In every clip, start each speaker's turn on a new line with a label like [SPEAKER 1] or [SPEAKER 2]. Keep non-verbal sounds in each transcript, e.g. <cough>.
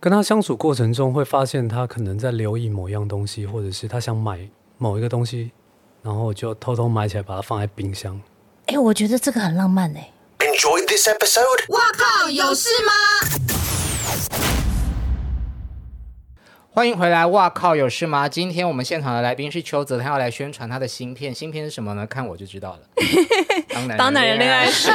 [SPEAKER 1] 跟他相处过程中，会发现他可能在留意某样东西，或者是他想买某一个东西，然后就偷偷买起来，把它放在冰箱。
[SPEAKER 2] 哎、我觉得这个很浪漫哎、
[SPEAKER 3] Enjoyed this episode?
[SPEAKER 4] 靠，有事吗？
[SPEAKER 5] 欢迎回来！哇靠，有事吗？今天我们现场的来宾是邱泽，他要来宣传他的新片。新片是什么呢？看我就知
[SPEAKER 6] <laughs>
[SPEAKER 5] 道了。当男
[SPEAKER 6] 当男人
[SPEAKER 5] 人
[SPEAKER 6] 恋爱
[SPEAKER 5] 时。
[SPEAKER 6] 时，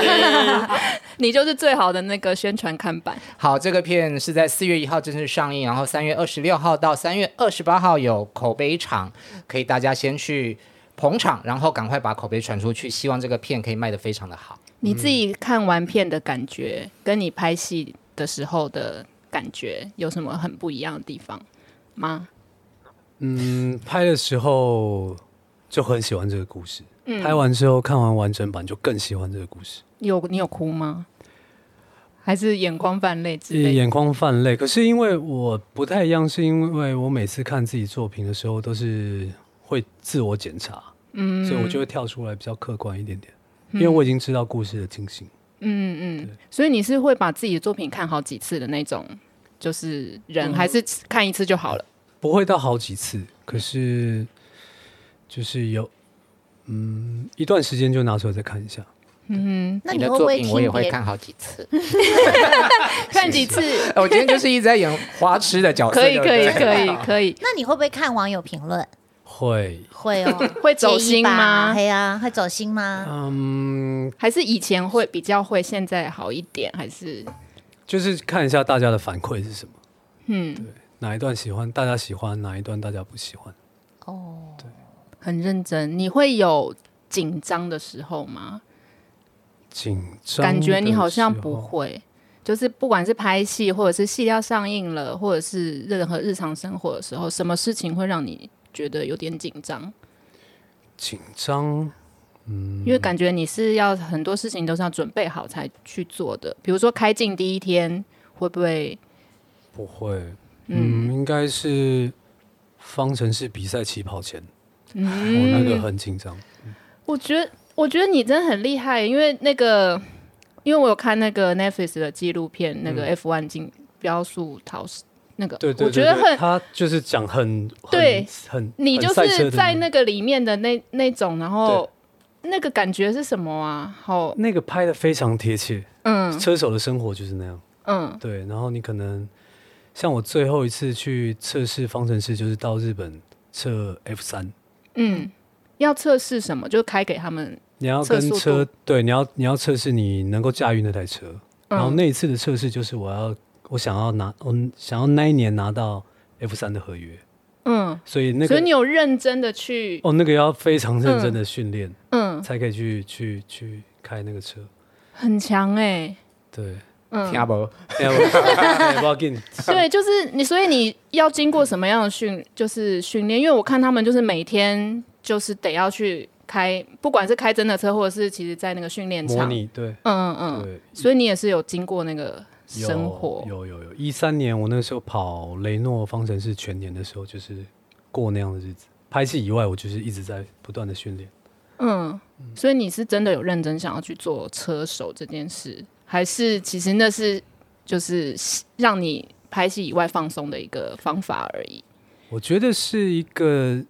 [SPEAKER 6] <laughs> 你就是最好的那个宣传看板。
[SPEAKER 5] 好，这个片是在四月一号正式上映，然后三月二十六号到三月二十八号有口碑场，可以大家先去捧场，然后赶快把口碑传出去。希望这个片可以卖得非常的好。
[SPEAKER 6] 你自己看完片的感觉，跟你拍戏的时候的感觉有什么很不一样的地方吗？
[SPEAKER 1] 嗯，拍的时候就很喜欢这个故事，拍完之后看完完整版就更喜欢这个故事，
[SPEAKER 6] 有你有哭吗？还是眼眶泛泪之类的？
[SPEAKER 1] 眼眶泛泪。可是因为我不太一样，是因为我每次看自己作品的时候都是会自我检查，
[SPEAKER 6] 嗯
[SPEAKER 1] 所以我就会跳出来比较客观一点点，因为我已经知道故事的进行。
[SPEAKER 6] 嗯嗯，所以你是会把自己的作品看好几次的那种，就是人、还是看一次就好了？
[SPEAKER 1] 不会到好几次，可是就是有嗯一段时间就拿出来再看一下。
[SPEAKER 6] 嗯
[SPEAKER 2] 那
[SPEAKER 5] 你的
[SPEAKER 2] 会不
[SPEAKER 5] 作
[SPEAKER 2] 会
[SPEAKER 5] 品我也
[SPEAKER 2] 听
[SPEAKER 5] 会
[SPEAKER 2] 别
[SPEAKER 5] 看好几次。 <laughs>
[SPEAKER 6] 看几次？
[SPEAKER 5] 呃我今天就是一直在演花痴的角色。 <laughs>
[SPEAKER 6] 可以
[SPEAKER 5] 对不
[SPEAKER 6] 可
[SPEAKER 5] 对
[SPEAKER 6] 以可以可以，
[SPEAKER 2] 那你会不会看网友评论？
[SPEAKER 1] 会，
[SPEAKER 2] 会哦，
[SPEAKER 6] <laughs> 会走心吗
[SPEAKER 2] 会啊，会走心吗？
[SPEAKER 1] 嗯，
[SPEAKER 6] <laughs> 还是以前会比较会，现在好一点？还是
[SPEAKER 1] 就是看一下大家的反馈是什么，
[SPEAKER 6] 嗯，
[SPEAKER 1] 哪一段喜欢，大家喜欢，哪一段大家不喜欢。
[SPEAKER 2] 哦，
[SPEAKER 6] 很认真。你会有紧张的时候吗？
[SPEAKER 1] 紧张，
[SPEAKER 6] 感觉你好像不。会，就是不管是拍戏，或者是戏要上映了，或者是任何日常生活的时候，什么事情会让你觉得有点紧张？
[SPEAKER 1] 紧张，
[SPEAKER 6] 因为感觉你是要很多事情都是要准备好才去做的，比如说开镜第一天会不会？
[SPEAKER 1] 不会，嗯，应该是方程式比赛起跑前，
[SPEAKER 6] 嗯
[SPEAKER 1] 我那个很紧张。
[SPEAKER 6] 我觉得，我觉得你真的很厉害，因为那个，因为我有看那个 Netflix 的纪录片，那个 F1 竞标速逃那个，
[SPEAKER 1] 对对对，
[SPEAKER 6] 我觉得
[SPEAKER 1] 对
[SPEAKER 6] 很
[SPEAKER 1] 他就是讲很很
[SPEAKER 6] 对
[SPEAKER 1] 很，
[SPEAKER 6] 你
[SPEAKER 1] 很
[SPEAKER 6] 就
[SPEAKER 1] 赛车
[SPEAKER 6] 是
[SPEAKER 1] 的
[SPEAKER 6] 在那个里面的那那种，然后那个感觉是什么啊？好，
[SPEAKER 1] 那个拍的非常贴切，
[SPEAKER 6] 嗯
[SPEAKER 1] 车手的生活就是那样。
[SPEAKER 6] 嗯
[SPEAKER 1] 对，然后你可能像我最后一次去测试方程式，就是到日本测 F 三，
[SPEAKER 6] 嗯，要测试什么就开给他们，
[SPEAKER 1] 你要
[SPEAKER 6] 测
[SPEAKER 1] 跟
[SPEAKER 6] 速度
[SPEAKER 1] 车对，你要你要测试你能够驾驭那台车。
[SPEAKER 6] 嗯
[SPEAKER 1] 然后那一次的测试就是我要我想要拿我想要那一年拿到 F 三的合约，
[SPEAKER 6] 嗯，
[SPEAKER 1] 所以那
[SPEAKER 6] 所
[SPEAKER 1] 个
[SPEAKER 6] 以你有认真的去，
[SPEAKER 1] 哦那个要非常认真的训练、
[SPEAKER 6] 嗯，
[SPEAKER 1] 才可以去去去开那个车。
[SPEAKER 6] 很强哎、
[SPEAKER 1] <laughs>
[SPEAKER 6] <laughs>
[SPEAKER 1] 对，
[SPEAKER 5] <laughs> 听不？
[SPEAKER 1] 哎我哎我给你
[SPEAKER 6] 对，就是你，所以你要经过什么样的训，就是训练？因为我看他们就是每天就是得要去开，不管是开真的车，或者是其实在那个训练
[SPEAKER 1] 模
[SPEAKER 6] 场，
[SPEAKER 1] 拟对
[SPEAKER 6] 嗯嗯嗯，
[SPEAKER 1] 对。
[SPEAKER 6] 所以你也是有经过那个
[SPEAKER 1] 有
[SPEAKER 6] 生活，
[SPEAKER 1] 有有有，一三年我那时候跑雷诺方程式全年的时候，就是过那样的日子。拍戏以外，我就是一直在不断的训练。
[SPEAKER 6] 嗯，所以你是真的有认真想要去做车手这件事，还是其实那是就是让你拍戏以外放松的一个方法而已？
[SPEAKER 1] 我觉得是一个，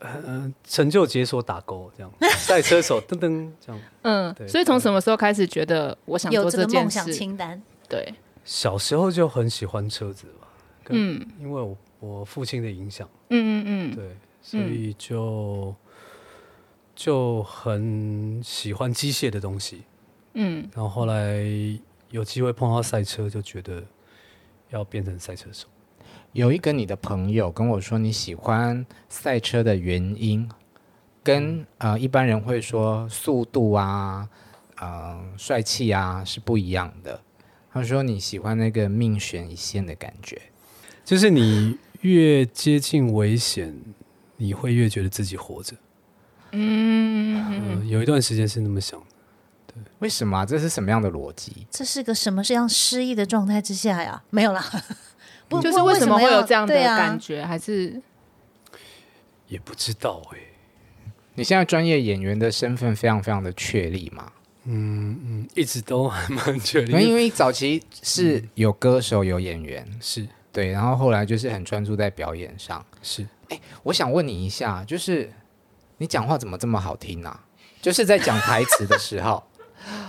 [SPEAKER 1] 呃，成就解锁打勾这
[SPEAKER 6] <laughs>
[SPEAKER 1] 样，赛车手噔噔这样。
[SPEAKER 6] 嗯
[SPEAKER 1] 对，
[SPEAKER 6] 所以从什么时候开始觉得我想
[SPEAKER 2] 有
[SPEAKER 6] 做
[SPEAKER 2] 这
[SPEAKER 6] 这
[SPEAKER 2] 个
[SPEAKER 6] 件
[SPEAKER 2] 梦想
[SPEAKER 6] 事？
[SPEAKER 2] 清单，
[SPEAKER 6] 对，
[SPEAKER 1] 小时候就很喜欢车子吧，
[SPEAKER 6] 嗯
[SPEAKER 1] 因为我我父亲的影响，
[SPEAKER 6] 嗯嗯嗯，
[SPEAKER 1] 对，所以就、就很喜欢机械的东西。
[SPEAKER 6] 嗯，
[SPEAKER 1] 然后后来有机会碰到赛车，就觉得要变成赛车手。
[SPEAKER 5] 有一个你的朋友跟我说，你喜欢赛车的原因，跟呃一般人会说速度啊、呃帅气啊是不一样的。他说你喜欢那个命悬一线的感觉。
[SPEAKER 1] 就是你越接近危险，你会越觉得自己活着。嗯、有一段时间是那么想的。
[SPEAKER 5] 为什么啊、这是什么样的逻辑？
[SPEAKER 2] 这是个什么样失意的状态之下呀？没有啦，不
[SPEAKER 6] 就是
[SPEAKER 2] 不
[SPEAKER 6] 为什么会
[SPEAKER 2] 要
[SPEAKER 6] 有这样的
[SPEAKER 2] 对啊
[SPEAKER 6] 感觉？还是
[SPEAKER 1] 也不知道哎、
[SPEAKER 5] 你现在专业演员的身份非常非常的确立嘛？
[SPEAKER 1] 嗯，一直都还蛮确
[SPEAKER 5] 因为因
[SPEAKER 1] 定，
[SPEAKER 5] 为嗯早期是有歌手有演员，
[SPEAKER 1] 是
[SPEAKER 5] 对，然后后来就是很专注在表演上。
[SPEAKER 1] 是
[SPEAKER 5] 我想问你一下，就是你讲话怎么这么好听啊？就是在讲台词的时
[SPEAKER 6] <laughs>
[SPEAKER 5] 候，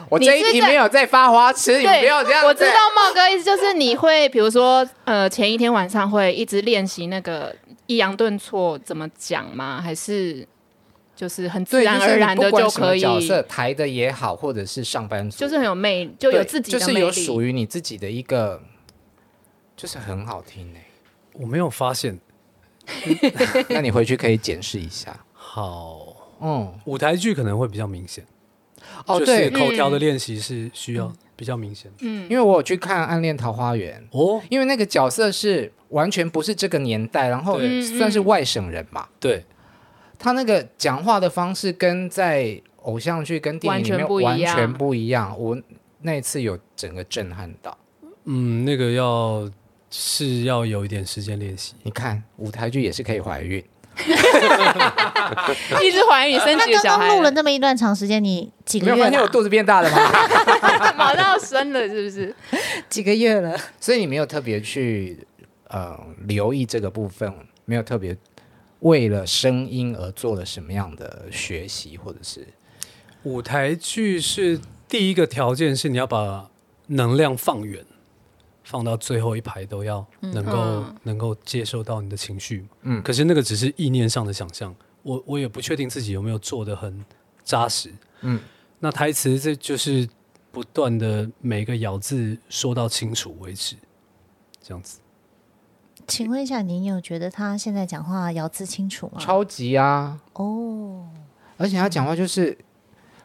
[SPEAKER 5] 我这一
[SPEAKER 6] 你
[SPEAKER 5] 题
[SPEAKER 6] 是在
[SPEAKER 5] 没有在发花痴，你不
[SPEAKER 6] 对
[SPEAKER 5] 要这样子。
[SPEAKER 6] 我知道茂哥意思就是你会，比如说，呃，前一天晚上会一直练习那个抑扬顿挫怎么讲吗？还是就是很自
[SPEAKER 5] 对，
[SPEAKER 6] 然
[SPEAKER 5] 就是
[SPEAKER 6] 而然
[SPEAKER 5] 你
[SPEAKER 6] 的
[SPEAKER 5] 不管什么
[SPEAKER 6] 可以，
[SPEAKER 5] 角色台的也好，或者是上班族，
[SPEAKER 6] 就是很有魅，就有
[SPEAKER 5] 对
[SPEAKER 6] 自己
[SPEAKER 5] 就
[SPEAKER 6] 的
[SPEAKER 5] 是
[SPEAKER 6] 魅
[SPEAKER 5] 有
[SPEAKER 6] 力。
[SPEAKER 5] 属于你自己的一个，就是很好听哎、
[SPEAKER 1] 我没有发现。
[SPEAKER 5] 那你回去可以检视一
[SPEAKER 6] <laughs>
[SPEAKER 5] 下。
[SPEAKER 1] 好，
[SPEAKER 5] 嗯，
[SPEAKER 1] 舞台剧可能会比较明显，
[SPEAKER 5] 哦
[SPEAKER 1] 就是
[SPEAKER 5] 对，
[SPEAKER 1] 口条
[SPEAKER 6] 嗯
[SPEAKER 1] 的练习是需要比较明显的。
[SPEAKER 5] 因为我有去看《暗恋桃花源》，
[SPEAKER 1] 哦，
[SPEAKER 5] 因为那个角色是完全不是这个年代，然后
[SPEAKER 1] 对
[SPEAKER 5] 算
[SPEAKER 6] 嗯
[SPEAKER 5] 是外省人吧。
[SPEAKER 1] 对，
[SPEAKER 5] 他那个讲话的方式跟在偶像剧跟电影里
[SPEAKER 6] 完全
[SPEAKER 5] 面
[SPEAKER 6] 不一样
[SPEAKER 5] 完全不一样。我那一次有整个震撼到。
[SPEAKER 1] 嗯，那个要是要有一点时间练习。
[SPEAKER 5] 你看舞台剧也是可以怀孕，
[SPEAKER 6] <laughs> 一直怀疑你生
[SPEAKER 2] 那
[SPEAKER 6] 几个小
[SPEAKER 2] 刚
[SPEAKER 6] 孩
[SPEAKER 2] 刚录了那么一段长时间，你几
[SPEAKER 5] 没
[SPEAKER 2] 个
[SPEAKER 5] 有
[SPEAKER 2] 月
[SPEAKER 5] 发现我
[SPEAKER 2] 了？
[SPEAKER 5] 肚子变大了
[SPEAKER 6] <laughs>
[SPEAKER 5] 吗？
[SPEAKER 6] 马上要生了，是不是？
[SPEAKER 2] 几个月了？
[SPEAKER 5] 所以你没有特别去呃留意这个部分，没有特别为了声音而做了什么样的学习，或者是
[SPEAKER 1] 舞台剧是第一个条件是你要把能量放远，放到最后一排都要能够、
[SPEAKER 6] 嗯
[SPEAKER 1] 能够接受到你的情绪。嗯，
[SPEAKER 5] 嗯
[SPEAKER 1] 可是那个只是意念上的想象，我我也不确定自己有没有做的很扎实。嗯
[SPEAKER 5] 嗯，
[SPEAKER 1] 那台词这就是不断的每个咬字说到清楚为止，这样子。
[SPEAKER 2] 请问一下，您有觉得他现在讲话咬字清楚吗？
[SPEAKER 5] 超级啊，
[SPEAKER 2] 哦，
[SPEAKER 5] 而且他讲话就是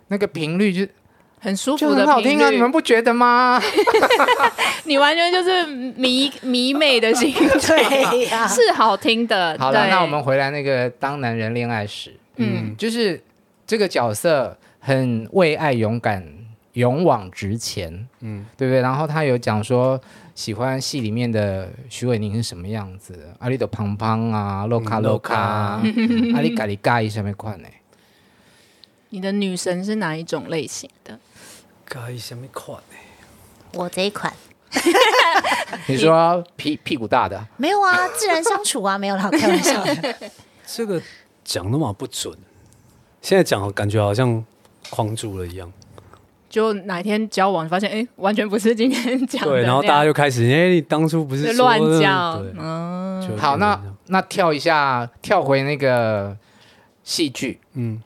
[SPEAKER 5] 那个频率就
[SPEAKER 6] 很舒
[SPEAKER 5] 就
[SPEAKER 6] 服的
[SPEAKER 5] 很好听啊，
[SPEAKER 6] 频率
[SPEAKER 5] 你们不觉得吗？
[SPEAKER 6] 你完全就是迷迷妹的
[SPEAKER 5] <laughs>
[SPEAKER 6] 心情，
[SPEAKER 2] 对呀、
[SPEAKER 6] 是好听的。
[SPEAKER 5] 好了，
[SPEAKER 6] 呃对
[SPEAKER 5] 那我们回来那个《当男人恋爱时》，
[SPEAKER 6] 嗯，
[SPEAKER 5] 就是这个角色很为爱勇敢，勇往直前，嗯，对不对？然后他有讲说喜欢戏里面的徐伟宁是什么样子，阿里的胖胖啊，洛卡洛卡啊，阿里咖喱咖喱什么款呢？
[SPEAKER 6] <laughs> 你的女神是哪一种类型的？
[SPEAKER 1] 该什么款呢？
[SPEAKER 2] 我这一款
[SPEAKER 5] 你说屁屁股大的，
[SPEAKER 2] 没有啊，自然相处啊，没有啦，开玩
[SPEAKER 6] <laughs>
[SPEAKER 2] 笑的。
[SPEAKER 1] 这个讲那么不准，现在讲感觉好像框住了一样。
[SPEAKER 6] 就哪天交往发现，哎、完全不是今天讲的那样。
[SPEAKER 1] 对，然后大家就开始，哎、你当初不是
[SPEAKER 6] 就
[SPEAKER 1] 说
[SPEAKER 6] 乱叫
[SPEAKER 1] 对，
[SPEAKER 6] 嗯，
[SPEAKER 1] 就
[SPEAKER 5] 好，
[SPEAKER 1] 就
[SPEAKER 5] 那
[SPEAKER 1] 这样
[SPEAKER 5] 那跳一下，跳回那个戏剧
[SPEAKER 1] 嗯，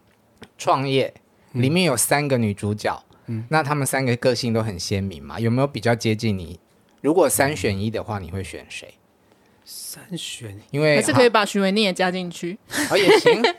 [SPEAKER 5] 创业，里面有三个女主角，
[SPEAKER 1] 嗯
[SPEAKER 5] 那她们三个个性都很鲜明嘛，有没有比较接近你？如果三选一的话，你会选谁？
[SPEAKER 1] 三选一
[SPEAKER 5] 因为
[SPEAKER 6] 还是可以把徐维宁也加进去，
[SPEAKER 5] 好，哦
[SPEAKER 6] <laughs>
[SPEAKER 5] 也行。
[SPEAKER 6] 对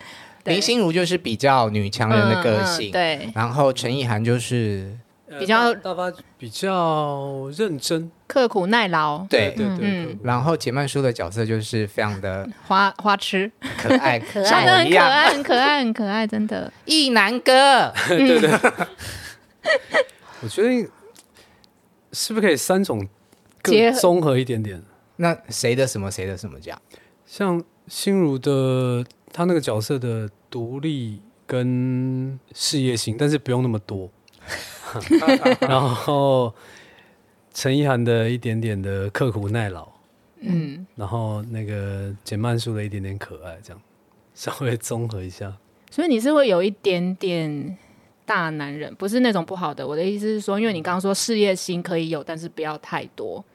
[SPEAKER 5] 林心如就是比较女强人的个性，
[SPEAKER 6] 嗯嗯对，
[SPEAKER 5] 然后陈意涵就是
[SPEAKER 6] 比较
[SPEAKER 1] 大大发比较认真，
[SPEAKER 6] 刻苦耐劳，
[SPEAKER 5] 对
[SPEAKER 1] 对对
[SPEAKER 6] 嗯
[SPEAKER 1] 对，
[SPEAKER 5] 然后简曼书的角色就是非常的
[SPEAKER 6] 花花痴，
[SPEAKER 5] 可
[SPEAKER 2] 爱
[SPEAKER 5] 爱，
[SPEAKER 6] 长
[SPEAKER 5] 像
[SPEAKER 6] 得
[SPEAKER 5] 我
[SPEAKER 6] 很
[SPEAKER 5] 一
[SPEAKER 6] <laughs> 可
[SPEAKER 5] 样。
[SPEAKER 6] 爱，很可爱，很可爱，真的。
[SPEAKER 5] 意男哥，
[SPEAKER 1] 我觉得是不是可以三种
[SPEAKER 6] 结
[SPEAKER 1] 更
[SPEAKER 6] 合
[SPEAKER 1] 综合一点点？
[SPEAKER 5] 那谁的什么谁的什么这样？
[SPEAKER 1] 像心如的她那个角色的独立跟事业心，但是不用那么多。 <laughs> 然后陈意涵的一点点的刻苦耐劳，
[SPEAKER 6] 嗯，
[SPEAKER 1] 然后那个简曼书的一点点可爱，这样稍微综合一下。
[SPEAKER 6] 所以你是会有一点点大男人，不是那种不好的。我的意思是说，因为你刚刚说事业心可以有，但是不要太多。
[SPEAKER 2] 嗯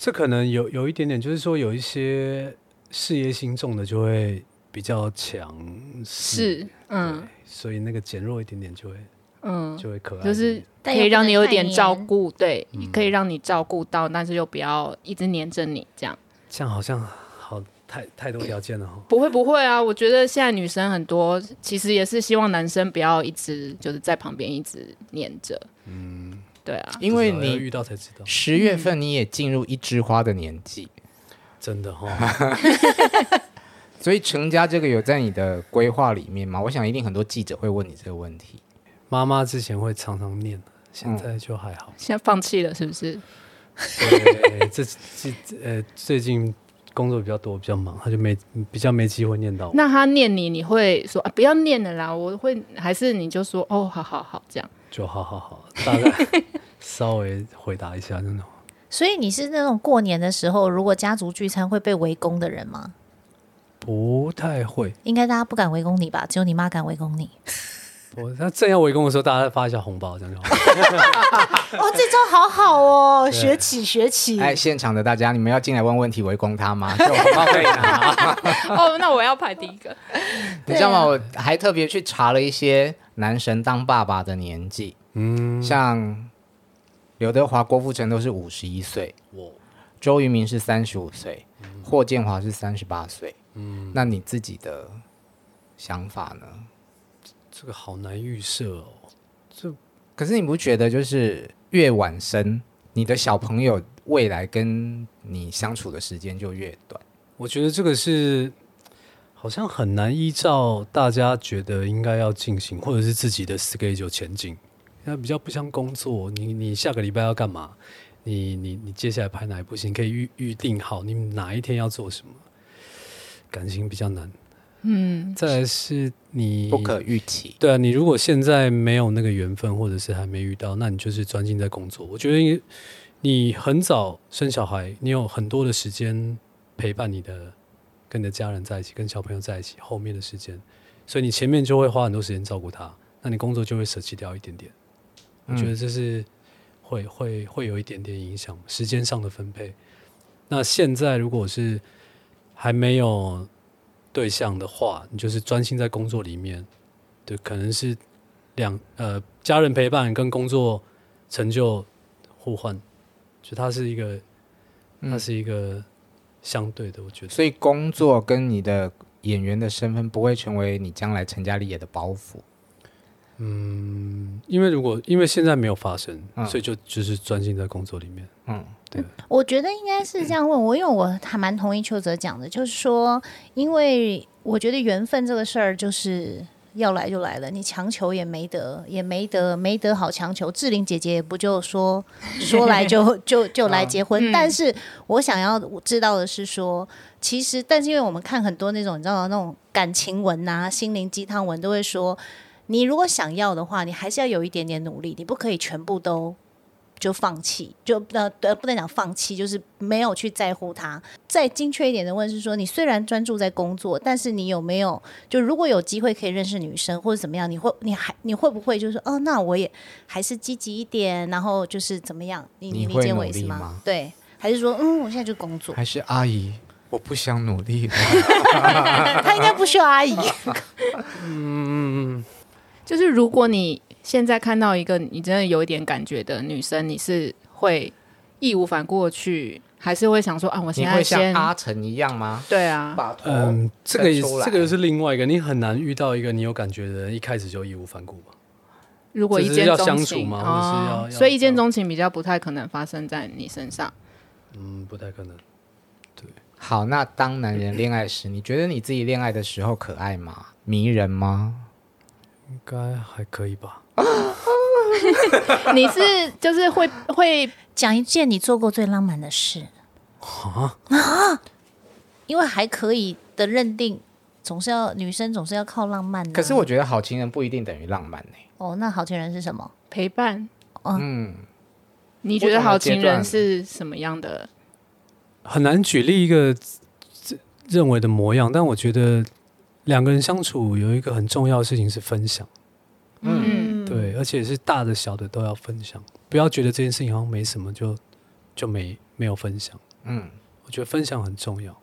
[SPEAKER 1] 这可能有有一点点，就是说有一些事业心重的就会比较强势，
[SPEAKER 6] 是，嗯
[SPEAKER 1] 所以那个减弱一点点就会
[SPEAKER 6] 嗯，
[SPEAKER 1] 就会可爱一
[SPEAKER 6] 就
[SPEAKER 1] 点，
[SPEAKER 6] 是可
[SPEAKER 2] 但又
[SPEAKER 6] 以
[SPEAKER 2] 不
[SPEAKER 6] 让
[SPEAKER 2] 能
[SPEAKER 6] 你有
[SPEAKER 2] 太
[SPEAKER 6] 点
[SPEAKER 2] 黏
[SPEAKER 6] 照顾，对，可以让你照顾到，但是又不要一直黏着你这样。
[SPEAKER 1] 这样好像好太太多条件了哈。
[SPEAKER 6] 不会不会啊，我觉得现在女生很多其实也是希望男生不要一直就是在旁边一直黏着。嗯，对啊，
[SPEAKER 5] 因为
[SPEAKER 1] 不知道要遇
[SPEAKER 5] 你
[SPEAKER 1] 到才知道，
[SPEAKER 5] 十月份你也进入一枝花的年纪，
[SPEAKER 1] 真的
[SPEAKER 5] <laughs>
[SPEAKER 1] 哈。
[SPEAKER 5] 所以成家这个有在你的规划里面吗？我想一定很多记者会问你这个问题。
[SPEAKER 1] 妈妈之前会常常念，现在就还好。
[SPEAKER 6] 现在放弃了是不是？
[SPEAKER 5] 嗯
[SPEAKER 1] 对，哎这这呃最近工作比较多，比较忙，他就没比较没机会念到我。
[SPEAKER 6] 那他念你，你会说啊不要念了啦，我会还是你就说哦好好好这样，
[SPEAKER 1] 就好好好，大
[SPEAKER 5] <laughs>
[SPEAKER 1] 概稍微回答一下，真的。
[SPEAKER 2] 所以你是那种过年的时候，如果家族聚餐会被围攻的人吗？
[SPEAKER 1] 不太会，
[SPEAKER 2] 应该大家不敢围攻你吧？只有你妈敢围攻你。
[SPEAKER 1] 我他正要围攻的时候，大家发一下红包，这样
[SPEAKER 5] <laughs>
[SPEAKER 1] 就好。
[SPEAKER 2] 哦，这招好好哦，学起学起。
[SPEAKER 5] 哎，现场的大家，你们要进来问问题围攻他吗？就有红包可以拿。
[SPEAKER 6] <laughs> 哦，那我要排第一个。
[SPEAKER 5] 你知道吗？我还特别去查了一些男神当爸爸的年纪，
[SPEAKER 1] 嗯，
[SPEAKER 5] 像刘德华、郭富城都是五十一岁，
[SPEAKER 1] 我
[SPEAKER 5] 周渝民是三十五岁，霍建华是三十八岁。嗯，那你自己的想法呢？
[SPEAKER 1] 这个好难预设哦。
[SPEAKER 5] 可是你不觉得就是越晚生，你的小朋友未来跟你相处的时间就越短？
[SPEAKER 1] 我觉得这个是好像很难依照大家觉得应该要进行，或者是自己的 schedule 前进。那比较不像工作，你你下个礼拜要干嘛？你你你接下来拍哪一部戏？你可以预预定好你哪一天要做什么。感情比较难，
[SPEAKER 6] 嗯，
[SPEAKER 1] 再来是你
[SPEAKER 5] 不可预期。
[SPEAKER 1] 对啊，你如果现在没有那个缘分，或者是还没遇到，那你就是专心在工作。我觉得你很早生小孩，你有很多的时间陪伴你的跟你的家人在一起，跟小朋友在一起，后面的时间，所以你前面就会花很多时间照顾他，那你工作就会舍弃掉一点点。我觉得这是会会会有一点点影响时间上的分配。那现在如果是还没有对象的话，你就是专心在工作里面，对，可能是两呃家人陪伴跟工作成就互换，就它是一个，它是一个相对的，我觉得
[SPEAKER 5] 所以工作跟你的演员的身份不会成为你将来成家立业的包袱。
[SPEAKER 1] 因为如果因为现在没有发生，
[SPEAKER 5] 嗯
[SPEAKER 1] 所以就就是专心在工作里面。
[SPEAKER 5] 嗯，
[SPEAKER 2] 我觉得应该是这样问我，因为我还蛮同意邱泽讲的，就是说，因为我觉得缘分这个事儿就是。要来就来了，你强求也没得，也没得，没得好强求。志玲姐姐也不就说说来就就就来结婚，但是我想要知道的是说，其实，但是因为我们看很多那种你知道那种感情文呐、心灵鸡汤文，都会说，你如果想要的话，你还是要有一点点努力，你不可以全部都就放弃，就呃呃不能讲放弃，就是没有去在乎它。再精确一点的问是说，你虽然专注在工作，但是你有没有就如果有机会可以认识女生或者怎么样，你会你还你会不会就是说哦，那我也还是积极一点，然后就是怎么样？你
[SPEAKER 5] 你
[SPEAKER 2] 理
[SPEAKER 5] 会
[SPEAKER 2] 解我
[SPEAKER 5] 努
[SPEAKER 2] 意思
[SPEAKER 5] 力
[SPEAKER 2] 吗？
[SPEAKER 5] 吗
[SPEAKER 2] 对，还是说嗯，我现在就工作，
[SPEAKER 5] 还是阿姨，我不想努力 <laughs> 了。
[SPEAKER 2] 他应该不需要阿姨。
[SPEAKER 6] 就是如果你现在看到一个你真的有一点感觉的女生，你是会义无反顾地去，还是会想说啊，我
[SPEAKER 5] 你
[SPEAKER 6] 现在
[SPEAKER 5] 会像
[SPEAKER 6] 先
[SPEAKER 5] 阿成一样吗？
[SPEAKER 6] 对啊，
[SPEAKER 5] 把头
[SPEAKER 1] 嗯，这个也
[SPEAKER 5] 伸出来
[SPEAKER 1] 这个又是另外一个，你很难遇到一个你有感觉的人，一开始就义无反顾吧。
[SPEAKER 6] 如果一
[SPEAKER 1] 只
[SPEAKER 6] 见
[SPEAKER 1] 是要
[SPEAKER 6] 钟
[SPEAKER 1] 相处
[SPEAKER 6] 情哦
[SPEAKER 1] 嘛或者是要要
[SPEAKER 6] 所以一见钟情比较不太可能发生在你身上。
[SPEAKER 1] 嗯，不太可能。
[SPEAKER 5] 好。那当男人恋爱时，你觉得你自己恋爱的时候可爱吗？迷人吗？
[SPEAKER 1] 应该还可以吧？
[SPEAKER 6] 你是就是会会
[SPEAKER 2] 讲一件你做过最浪漫的事啊 <laughs> 因为还可以的认定，总是要女生总是要靠浪漫的啊、
[SPEAKER 5] 可是我觉得好情人不一定等于浪漫呢、
[SPEAKER 2] 哦，那好情人是什么？
[SPEAKER 6] 陪伴，
[SPEAKER 5] 嗯，
[SPEAKER 6] 你觉得好情人是什么样的？
[SPEAKER 1] 很难举例一个自认为的模样，但我觉得两个人相处有一个很重要的事情是分享，
[SPEAKER 6] 嗯，
[SPEAKER 1] 对，而且是大的小的都要分享，不要觉得这件事情好像没什么就就没没有分享。
[SPEAKER 5] 嗯，
[SPEAKER 1] 我觉得分享很重要。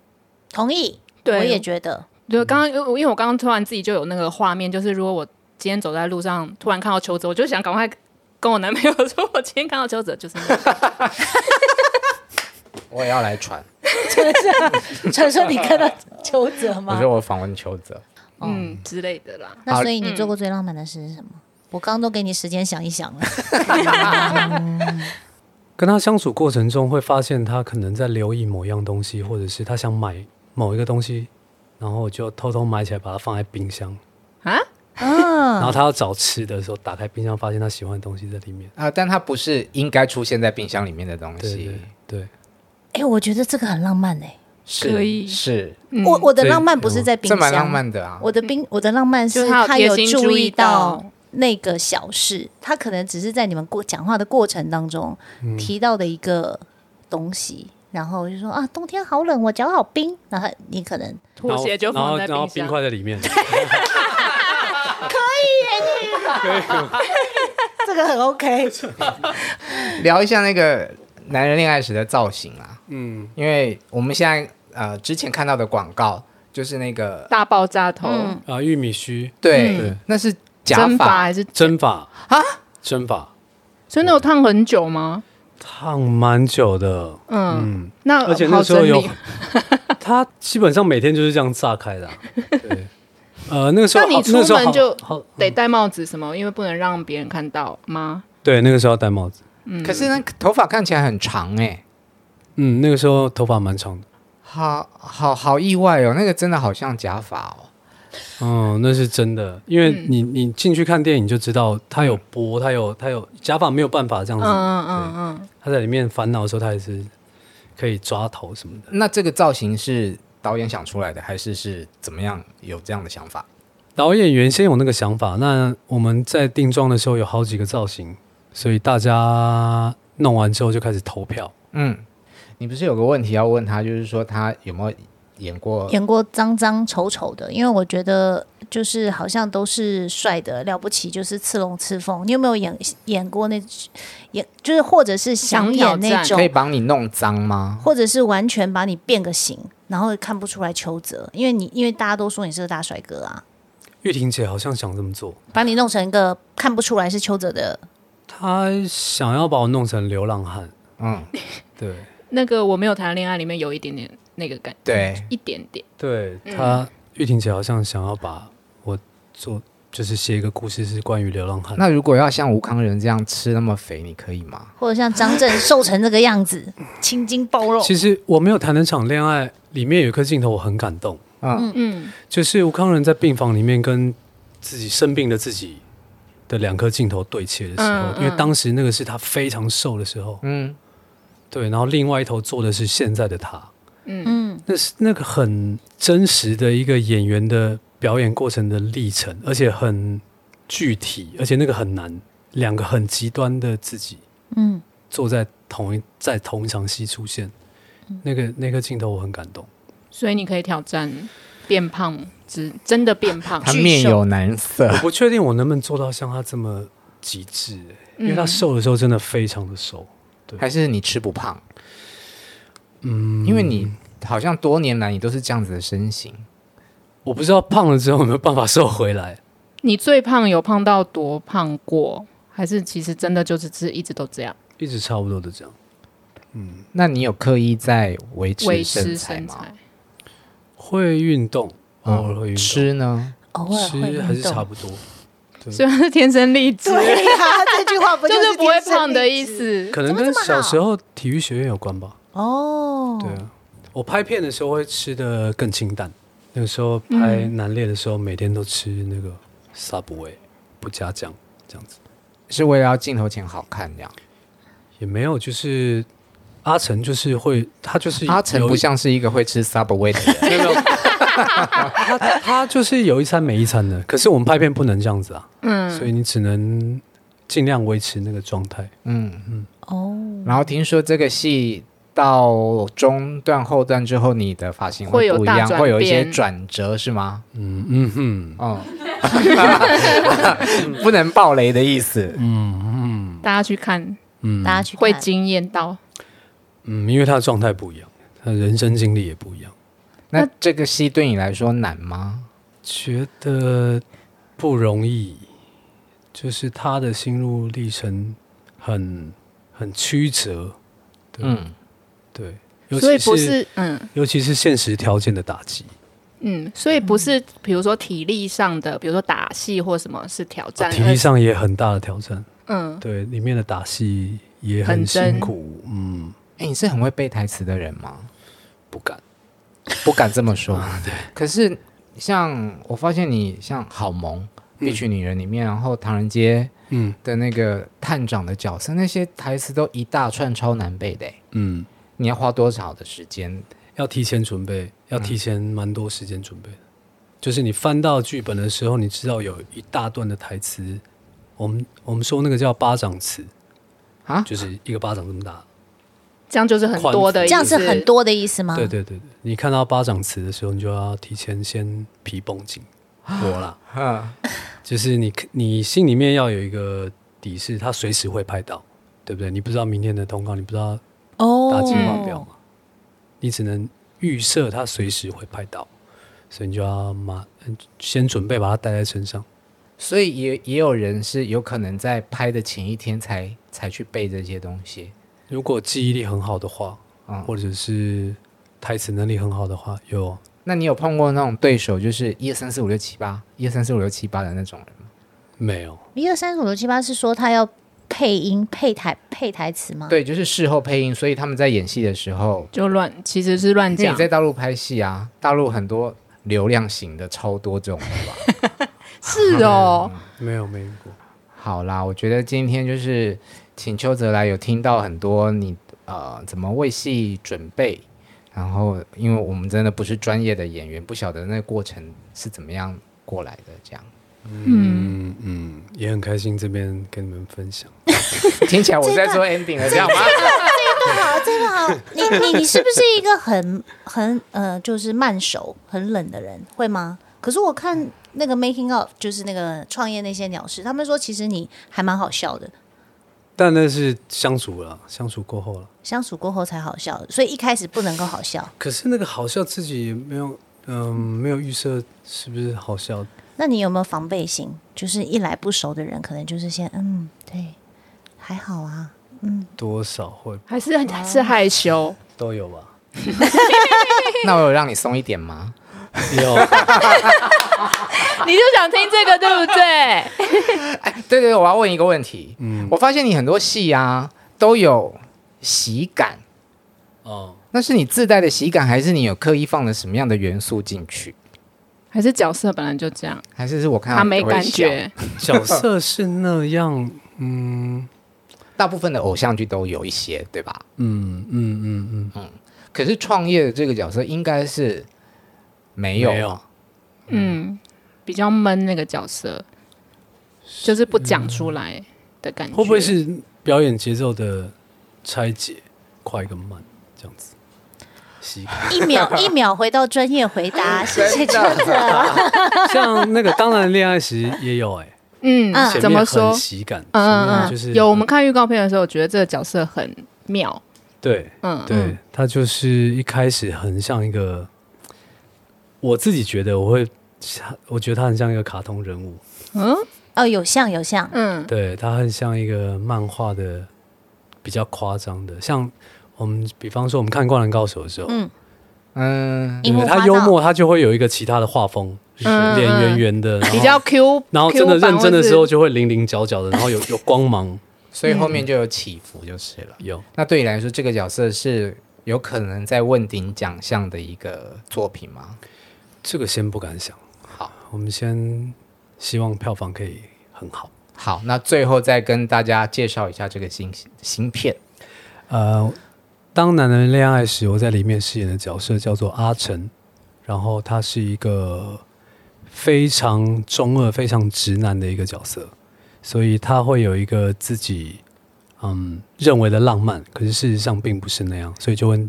[SPEAKER 2] 同意，
[SPEAKER 6] 对，
[SPEAKER 2] 我也觉得。
[SPEAKER 6] 对，
[SPEAKER 1] 嗯
[SPEAKER 6] 刚刚因为因为我刚刚突然自己就有那个画面，就是如果我今天走在路上，突然看到邱泽，我就想赶快跟我男朋友说， <laughs> 我今天看到邱泽就是那个
[SPEAKER 5] 我也要来传。
[SPEAKER 2] 传说 <laughs> 你看到邱泽
[SPEAKER 5] 我觉
[SPEAKER 2] 吗？
[SPEAKER 5] 得我访问邱泽，
[SPEAKER 1] 哦
[SPEAKER 6] 嗯之类的啦。
[SPEAKER 2] 那所以你做过最浪漫的事是什么？我刚刚都给你时间想一想了。
[SPEAKER 1] 跟他相处过程中，会发现他可能在留意某样东西，或者是他想买某一个东西，然后我就偷偷买起来，把它放在冰箱。
[SPEAKER 6] 啊，
[SPEAKER 1] 然后他要找吃的时候，打开冰箱，发现他喜欢的东西在里面。
[SPEAKER 5] 啊、但它不是应该出现在冰箱里面的东
[SPEAKER 1] 对
[SPEAKER 5] 西，
[SPEAKER 1] 对对，
[SPEAKER 2] 哎、我觉得这个很浪漫哎、
[SPEAKER 5] 是
[SPEAKER 6] 可以
[SPEAKER 5] 是
[SPEAKER 6] 嗯
[SPEAKER 2] 我我的
[SPEAKER 1] 这
[SPEAKER 2] 浪漫不是在冰
[SPEAKER 5] 这
[SPEAKER 2] 箱，
[SPEAKER 5] 蛮浪漫的啊。
[SPEAKER 2] 我的冰我的浪漫
[SPEAKER 6] 就是他有
[SPEAKER 2] 有
[SPEAKER 6] 贴心
[SPEAKER 2] 注
[SPEAKER 6] 注
[SPEAKER 2] 意
[SPEAKER 6] 意
[SPEAKER 2] 到
[SPEAKER 6] 到
[SPEAKER 2] 那个小事，他可能只是在你们过讲话的过程当中提到的一个东西，然后就说啊，冬天好冷，我脚好冰，然后你可能
[SPEAKER 6] 拖鞋就
[SPEAKER 1] 然后
[SPEAKER 6] 放在
[SPEAKER 1] 然后
[SPEAKER 6] 冰
[SPEAKER 1] 冰
[SPEAKER 6] 箱。
[SPEAKER 1] 块在里面，
[SPEAKER 2] 这个很 OK，
[SPEAKER 5] 聊一下那个男人恋爱时的造型啊，
[SPEAKER 1] 嗯，
[SPEAKER 5] 因为我们现在呃之前看到的广告就是那个
[SPEAKER 6] 大爆炸头，
[SPEAKER 2] 嗯
[SPEAKER 1] 啊，玉米须
[SPEAKER 5] 对，
[SPEAKER 1] 嗯
[SPEAKER 5] 那是假
[SPEAKER 6] 真发
[SPEAKER 5] 发，
[SPEAKER 6] 还是？
[SPEAKER 1] 针法
[SPEAKER 6] <laughs>
[SPEAKER 1] 啊，针法
[SPEAKER 6] 所以那有烫很久吗？
[SPEAKER 1] 烫蛮久的，
[SPEAKER 6] 嗯，
[SPEAKER 1] 嗯，
[SPEAKER 6] 那
[SPEAKER 1] 而且
[SPEAKER 6] 好
[SPEAKER 1] 那时候
[SPEAKER 6] 整
[SPEAKER 1] 有
[SPEAKER 6] 理
[SPEAKER 1] <laughs>
[SPEAKER 6] <laughs>
[SPEAKER 1] 他基本上每天就是这样炸开的啊、
[SPEAKER 5] 对
[SPEAKER 1] 呃，那个时候
[SPEAKER 6] 那你
[SPEAKER 1] 好
[SPEAKER 6] 出
[SPEAKER 1] 时候
[SPEAKER 6] 门
[SPEAKER 1] 好
[SPEAKER 6] 就
[SPEAKER 1] 好
[SPEAKER 6] 得戴帽子什么，因为不能让别人看到吗？
[SPEAKER 1] 对，那个时候要戴帽子。
[SPEAKER 2] 嗯
[SPEAKER 5] 可是那头发看起来很长哎、
[SPEAKER 1] 嗯，那个时候头发蛮长的。
[SPEAKER 5] 好好好意外哦，那个真的好像假发哦。
[SPEAKER 1] 嗯，那是真的，因为你你进去看电影就知道，他有播，他有他有假发没有办法这样
[SPEAKER 6] 嗯
[SPEAKER 1] 子，
[SPEAKER 6] 嗯嗯嗯，
[SPEAKER 1] 他在里面烦恼的时候，他也是可以抓头什么的。
[SPEAKER 5] 那这个造型是导演想出来的，还是是怎么样有这样的想法？
[SPEAKER 1] 导演原先有那个想法，那我们在定妆的时候有好几个造型，所以大家弄完之后就开始投票。
[SPEAKER 5] 嗯，你不是有个问题要问他，就是说他有没有演过？
[SPEAKER 2] 演过脏脏丑丑的，因为我觉得就是好像都是帅的了不起，就是刺龙刺凤。你有没有演演过那演，就是或者是想演那
[SPEAKER 6] 想挑
[SPEAKER 2] 种
[SPEAKER 5] 可以，帮你弄脏吗？
[SPEAKER 2] 或者是完全把你变个形，然后看不出来邱泽，因为你因为大家都说你是个大帅哥啊，
[SPEAKER 1] 玉婷姐好像想这么做，
[SPEAKER 2] 把你弄成一个看不出来是邱泽的。
[SPEAKER 1] 她想要把我弄成流浪汉。
[SPEAKER 5] 嗯，
[SPEAKER 1] 对
[SPEAKER 6] 那个我没有谈恋爱里面有一点点那个感，
[SPEAKER 5] 对，
[SPEAKER 6] 一点点。
[SPEAKER 1] 对，她、玉婷姐好像想要把我做，就是写一个故事是关于流浪汉。
[SPEAKER 5] 那如果要像吴康仁这样吃那么肥，你可以吗？
[SPEAKER 2] 或者像张震瘦成这个
[SPEAKER 1] <laughs>
[SPEAKER 2] 样子，青筋暴
[SPEAKER 6] 哦
[SPEAKER 2] 露，
[SPEAKER 1] 其实我没有谈那场恋爱，里面有一颗镜头我很感动，
[SPEAKER 5] 嗯，
[SPEAKER 6] 嗯，
[SPEAKER 1] 就是吴康仁在病房里面跟自己生病的自己的两颗镜头对切的时候，
[SPEAKER 6] 嗯嗯
[SPEAKER 1] 因为当时那个是他非常瘦的时候，
[SPEAKER 5] 嗯，
[SPEAKER 1] 对，然后另外一头做的是现在的他，
[SPEAKER 2] 嗯，
[SPEAKER 1] 那是那个很真实的一个演员的表演过程的历程，而且很具体，而且那个很难，两个很极端的自己，
[SPEAKER 2] 嗯，
[SPEAKER 1] 坐在同一在同一场戏出现，
[SPEAKER 2] 嗯
[SPEAKER 1] 那个那颗镜头我很感动。
[SPEAKER 6] 所以你可以挑战变胖，只真的变胖。
[SPEAKER 5] 他面有难色。
[SPEAKER 1] 我不确定我能不能做到像他这么极致、欸因
[SPEAKER 5] 嗯
[SPEAKER 1] 为他瘦的时候真的非常的瘦。
[SPEAKER 5] <laughs> 还是你吃不胖？嗯，因为你好像多年来你都是这样子的身形，
[SPEAKER 1] 我不知道胖了之后有没有办法瘦回来。
[SPEAKER 6] 你最胖有胖到多胖过？还是其实真的就只是一直都这样
[SPEAKER 1] 一直差不多都这样，
[SPEAKER 5] 那你有刻意在维
[SPEAKER 6] 维
[SPEAKER 5] 持
[SPEAKER 6] 持
[SPEAKER 5] 身材
[SPEAKER 6] 身
[SPEAKER 5] 吗
[SPEAKER 6] 材？？
[SPEAKER 1] 会运动，偶
[SPEAKER 5] 嗯
[SPEAKER 1] 尔会运动，
[SPEAKER 5] 吃呢？
[SPEAKER 2] 偶尔会
[SPEAKER 1] 吃还是
[SPEAKER 2] 运动
[SPEAKER 1] 差不多。
[SPEAKER 6] 虽然是天生丽质，
[SPEAKER 2] 对呀、这句话不
[SPEAKER 6] <laughs> 就是是不会
[SPEAKER 2] 天生
[SPEAKER 6] 胖的
[SPEAKER 2] 丽质
[SPEAKER 6] 意思。
[SPEAKER 1] 可能
[SPEAKER 2] 怎么
[SPEAKER 1] 跟
[SPEAKER 2] 这么
[SPEAKER 1] 小
[SPEAKER 2] 好
[SPEAKER 1] 时候体育学院有关吧。
[SPEAKER 2] 哦。
[SPEAKER 1] 对啊，我拍片的时候会吃的更清淡。那个时候拍
[SPEAKER 2] 嗯
[SPEAKER 1] 南烈的时候，每天都吃那个 Subway，不加酱这样子。
[SPEAKER 5] 是为了要镜头前好看这样。
[SPEAKER 1] 也没有，就是阿成就是会，他就是
[SPEAKER 5] 阿成
[SPEAKER 1] 有
[SPEAKER 5] 不像是一个会吃 Subway 的人， <laughs>
[SPEAKER 1] 没有，没有他他就是有一餐没一餐的。可是我们拍片不能这样子啊，
[SPEAKER 6] 嗯，
[SPEAKER 1] 所以你只能尽量维持那个状态。
[SPEAKER 5] 嗯。
[SPEAKER 2] 哦，
[SPEAKER 5] 然后听说这个戏到中段后段之后，你的发型
[SPEAKER 6] 会有
[SPEAKER 5] 不一
[SPEAKER 6] 大
[SPEAKER 5] 样，
[SPEAKER 6] 转
[SPEAKER 5] 会有一些
[SPEAKER 6] 变
[SPEAKER 5] 转折是吗？
[SPEAKER 1] 嗯嗯哼，
[SPEAKER 5] 哦， <laughs> 不能爆雷的意思。
[SPEAKER 6] 大家去看
[SPEAKER 2] 大家去
[SPEAKER 6] 会
[SPEAKER 2] 看
[SPEAKER 6] 惊艳到。
[SPEAKER 1] 嗯，因为他的状态不一样，他的人生经历也不一样，
[SPEAKER 5] 那这个戏对你来说难吗？
[SPEAKER 1] 觉得不容易，就是他的心路历程很很曲折，对
[SPEAKER 5] 嗯，
[SPEAKER 1] 对，尤
[SPEAKER 6] 所以
[SPEAKER 1] 其
[SPEAKER 6] 不是嗯
[SPEAKER 1] 尤其是现实条件的打击，
[SPEAKER 6] 嗯，所以不是比如说体力上的，比如说打戏或什么是挑战，
[SPEAKER 1] 哦体力上也很大的挑战。
[SPEAKER 6] 嗯，
[SPEAKER 1] 对，里面的打戏也
[SPEAKER 6] 很
[SPEAKER 1] 很
[SPEAKER 6] 真
[SPEAKER 1] 辛苦，嗯，
[SPEAKER 5] 哎，你是很会背台词的人吗？
[SPEAKER 1] 不敢。
[SPEAKER 5] 不敢这么 <laughs> 说。啊对，可是像我发现你像好萌《必娶女人》里面，然后唐人街
[SPEAKER 1] 嗯
[SPEAKER 5] 的那个探长的角色，那些台词都一大串超难背的欸，
[SPEAKER 1] 嗯，
[SPEAKER 5] 你要花多少的时间？
[SPEAKER 1] 要提前准备，要提前蛮多时间准备的。就是你翻到剧本的时候，你知道有一大段的台词我们我们说那个叫巴掌尺
[SPEAKER 5] 啊
[SPEAKER 1] 就是一个巴掌这么大。
[SPEAKER 6] 这样就是很
[SPEAKER 1] 宽
[SPEAKER 6] 多的
[SPEAKER 1] 幅
[SPEAKER 6] 意
[SPEAKER 2] 这
[SPEAKER 6] 思，
[SPEAKER 2] 样是很多的意思吗？
[SPEAKER 1] 对对对，对你看到巴掌尺的时候，你就要提前先皮绷紧。我啦，
[SPEAKER 5] 嗯，
[SPEAKER 1] 就是你你心里面要有一个底是它随时会拍到，对不对？你不知道明天的通告，你不知道
[SPEAKER 2] 哦，
[SPEAKER 1] 大计划表嘛，你只能预设它随时会拍到，所以你就要马嗯先准备把它带在身上。
[SPEAKER 5] 所以也也有人是有可能在拍的前一天才才去背这些东西，
[SPEAKER 1] 如果记忆力很好的话，
[SPEAKER 5] 嗯，
[SPEAKER 1] 或者是台词能力很好的话，有
[SPEAKER 5] 那你有碰过那种对手就是一二三四五六七八，一二三四五六七八的那种人吗？
[SPEAKER 1] 没有？
[SPEAKER 2] 一二三四五六七八是说他要配音、配台、配台词吗？
[SPEAKER 5] 对，就是事后配音，所以他们在演戏的时候，
[SPEAKER 6] 就乱，其实是乱
[SPEAKER 5] 因为你
[SPEAKER 6] 讲，
[SPEAKER 5] 在大陆拍戏啊，大陆很多流量型的超多这种的吧。
[SPEAKER 6] 是哦，
[SPEAKER 1] 没有没有过。
[SPEAKER 5] 好啦，我觉得今天就是请邱泽来，有听到很多你呃怎么为戏准备，然后因为我们真的不是专业的演员，不晓得那个过程是怎么样过来的，这样
[SPEAKER 6] 嗯，
[SPEAKER 1] 嗯嗯，也很开心这边跟你们分享。
[SPEAKER 5] 听起来我在做 ending 了，这
[SPEAKER 6] <laughs>
[SPEAKER 5] 样吗？
[SPEAKER 2] 好，这个好，你啊你你是不是一个很很呃，就是慢熟、很冷的人，会吗？可是我看那个 making of，就是那个创业那些鸟事，他们说其实你还蛮好笑的，
[SPEAKER 1] 但那是相处了，相处过后了。
[SPEAKER 2] 相处过后才好笑，所以一开始不能够好笑。
[SPEAKER 1] 可是那个好笑自己也没有，嗯、没有预设是不是好笑。
[SPEAKER 2] 那你有没有防备心？就是一来不熟的人，可能就是先嗯，对，还好啊，
[SPEAKER 1] 多少会
[SPEAKER 6] 还是是害羞，
[SPEAKER 1] 都有 <laughs> 吧，
[SPEAKER 5] 那我有让你松一点吗？
[SPEAKER 1] 有
[SPEAKER 2] <laughs>
[SPEAKER 6] 你就想听这个对不对？
[SPEAKER 5] 哎对对，我要问一个问题，
[SPEAKER 6] 嗯
[SPEAKER 5] 我发现你很多戏啊都有喜感，
[SPEAKER 1] 哦，
[SPEAKER 5] 那是你自带的喜感，还是你有刻意放了什么样的元素进去？
[SPEAKER 6] <laughs> 还是角色本来就这样，
[SPEAKER 5] 还是是啊我看到
[SPEAKER 6] 他没
[SPEAKER 5] 你会
[SPEAKER 6] 感
[SPEAKER 5] 笑
[SPEAKER 6] 觉，
[SPEAKER 1] 角色是那样，嗯
[SPEAKER 5] 大部分的偶像剧都有一些，对吧？
[SPEAKER 1] <laughs> 嗯嗯嗯嗯，
[SPEAKER 5] 可是创业的这个角色应该是没有，
[SPEAKER 1] 没有
[SPEAKER 6] 嗯，比较闷那个角色，就是不讲出来的感觉，
[SPEAKER 1] 会不会是表演节奏的拆解，快跟慢这样子？习惯
[SPEAKER 2] 一秒一秒回到专业回答，谢谢邱泽。
[SPEAKER 1] 像那个当然恋爱时也有哎、
[SPEAKER 6] 嗯
[SPEAKER 2] 嗯
[SPEAKER 1] 前面
[SPEAKER 6] 怎么
[SPEAKER 1] 很
[SPEAKER 6] 说？
[SPEAKER 1] 喜感，前
[SPEAKER 6] 嗯
[SPEAKER 1] 面
[SPEAKER 6] 嗯
[SPEAKER 1] 就是
[SPEAKER 6] 嗯，有我们看预告片的时候，我觉得这个角色很妙，
[SPEAKER 1] 对
[SPEAKER 6] 嗯，
[SPEAKER 1] 对，他就是一开始很像一个，我自己觉得我会，我觉得他很像一个卡通人物，
[SPEAKER 2] 哦，有像有像，
[SPEAKER 6] 嗯，
[SPEAKER 1] 对他很像一个漫画的比较夸张的，像我们比方说我们看《灌篮高手》的时候，
[SPEAKER 2] 嗯
[SPEAKER 5] 嗯，
[SPEAKER 1] 对
[SPEAKER 2] 樱木花
[SPEAKER 1] 他
[SPEAKER 2] 道
[SPEAKER 1] 幽默，他就会有一个其他的画风，就是
[SPEAKER 6] 嗯
[SPEAKER 1] 脸圆圆的，然后
[SPEAKER 6] 比较 Q，
[SPEAKER 1] 然后真的
[SPEAKER 6] Q 版
[SPEAKER 1] 认真的时
[SPEAKER 6] 或
[SPEAKER 1] 候
[SPEAKER 6] 是
[SPEAKER 1] 就会棱棱角角的，然后有有光芒，
[SPEAKER 5] 所以后面就有起伏就是了。
[SPEAKER 1] 有
[SPEAKER 5] 那对你来说，这个角色是有可能在问鼎奖项的一个作品吗？
[SPEAKER 1] 这个先不敢想，
[SPEAKER 5] 好，
[SPEAKER 1] 我们先希望票房可以很好。
[SPEAKER 5] 好，那最后再跟大家介绍一下这个新新片。
[SPEAKER 1] 呃，当男人恋爱时，我在里面饰演的角色叫做阿成，然后他是一个非常中二、非常直男的一个角色，所以他会有一个自己嗯认为的浪漫，可是事实上并不是那样，所以就会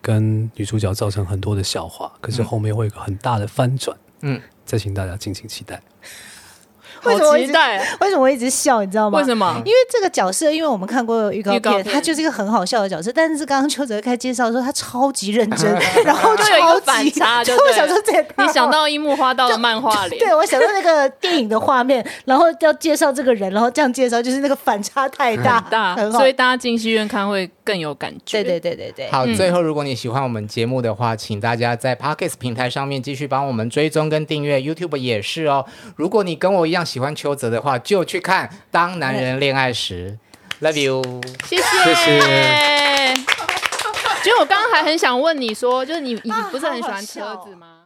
[SPEAKER 1] 跟女主角造成很多的笑话。可是后面会有一个很大的翻转，
[SPEAKER 5] 嗯，
[SPEAKER 1] 再请大家敬请期待。
[SPEAKER 2] 为什么
[SPEAKER 6] 好
[SPEAKER 2] 我一
[SPEAKER 6] 期
[SPEAKER 2] 直
[SPEAKER 6] 待？啊
[SPEAKER 2] <laughs> 为什么我一直笑？你知道吗？
[SPEAKER 6] 为什么
[SPEAKER 2] 因为这个角色，因为我们看过预告
[SPEAKER 6] 预告
[SPEAKER 2] 片，
[SPEAKER 6] 片
[SPEAKER 2] 他就是一个很好笑的角色。但是刚刚邱泽开介绍说他超级认真，
[SPEAKER 6] <laughs>
[SPEAKER 2] 然后
[SPEAKER 6] 就有一
[SPEAKER 2] 超
[SPEAKER 6] 个反
[SPEAKER 2] 级， <laughs>
[SPEAKER 6] 差就
[SPEAKER 2] 就
[SPEAKER 6] 对了
[SPEAKER 2] 我想说这也太
[SPEAKER 6] 你想。到樱木花道的漫画脸，
[SPEAKER 2] 对，我想到那个电影的画面，然后要介绍这个人，然后这样介绍，就是那个反差太大，
[SPEAKER 6] 很大，
[SPEAKER 2] 很好。
[SPEAKER 6] 所以大家进戏院看会更有感觉。
[SPEAKER 2] 对对对对
[SPEAKER 1] 嗯
[SPEAKER 2] 对，
[SPEAKER 5] 好，最后如果你喜欢我们节目的话，请大家在 Pockets 平台上面继续帮我们追踪跟订阅，YouTube 也是哦。如果你跟我一样喜欢邱泽的话，就去看《当男人恋爱时》，Love you。
[SPEAKER 6] 谢谢。
[SPEAKER 1] 谢
[SPEAKER 6] 其实我刚刚还很想问你说，就是你你不是很喜欢
[SPEAKER 2] 好好笑
[SPEAKER 6] 车
[SPEAKER 2] 哦
[SPEAKER 6] 子吗？